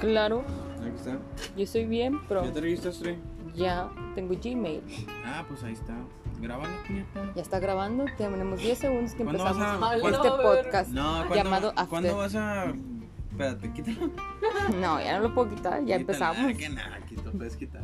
Claro, Aquí está. yo estoy bien, pero ¿Ya te registraste? ya tengo Gmail. Ah, pues ahí está. Grábalo, puñeta. Ya está grabando, tenemos 10 segundos que ¿Cuándo vas empezamos a- este cuándo- podcast No, ¿cuándo, llamado After. ¿cuándo vas a.? Espérate, quítalo. No, ya no lo puedo quitar, ya Quítala, empezamos. Que nada, quito, puedes quitar.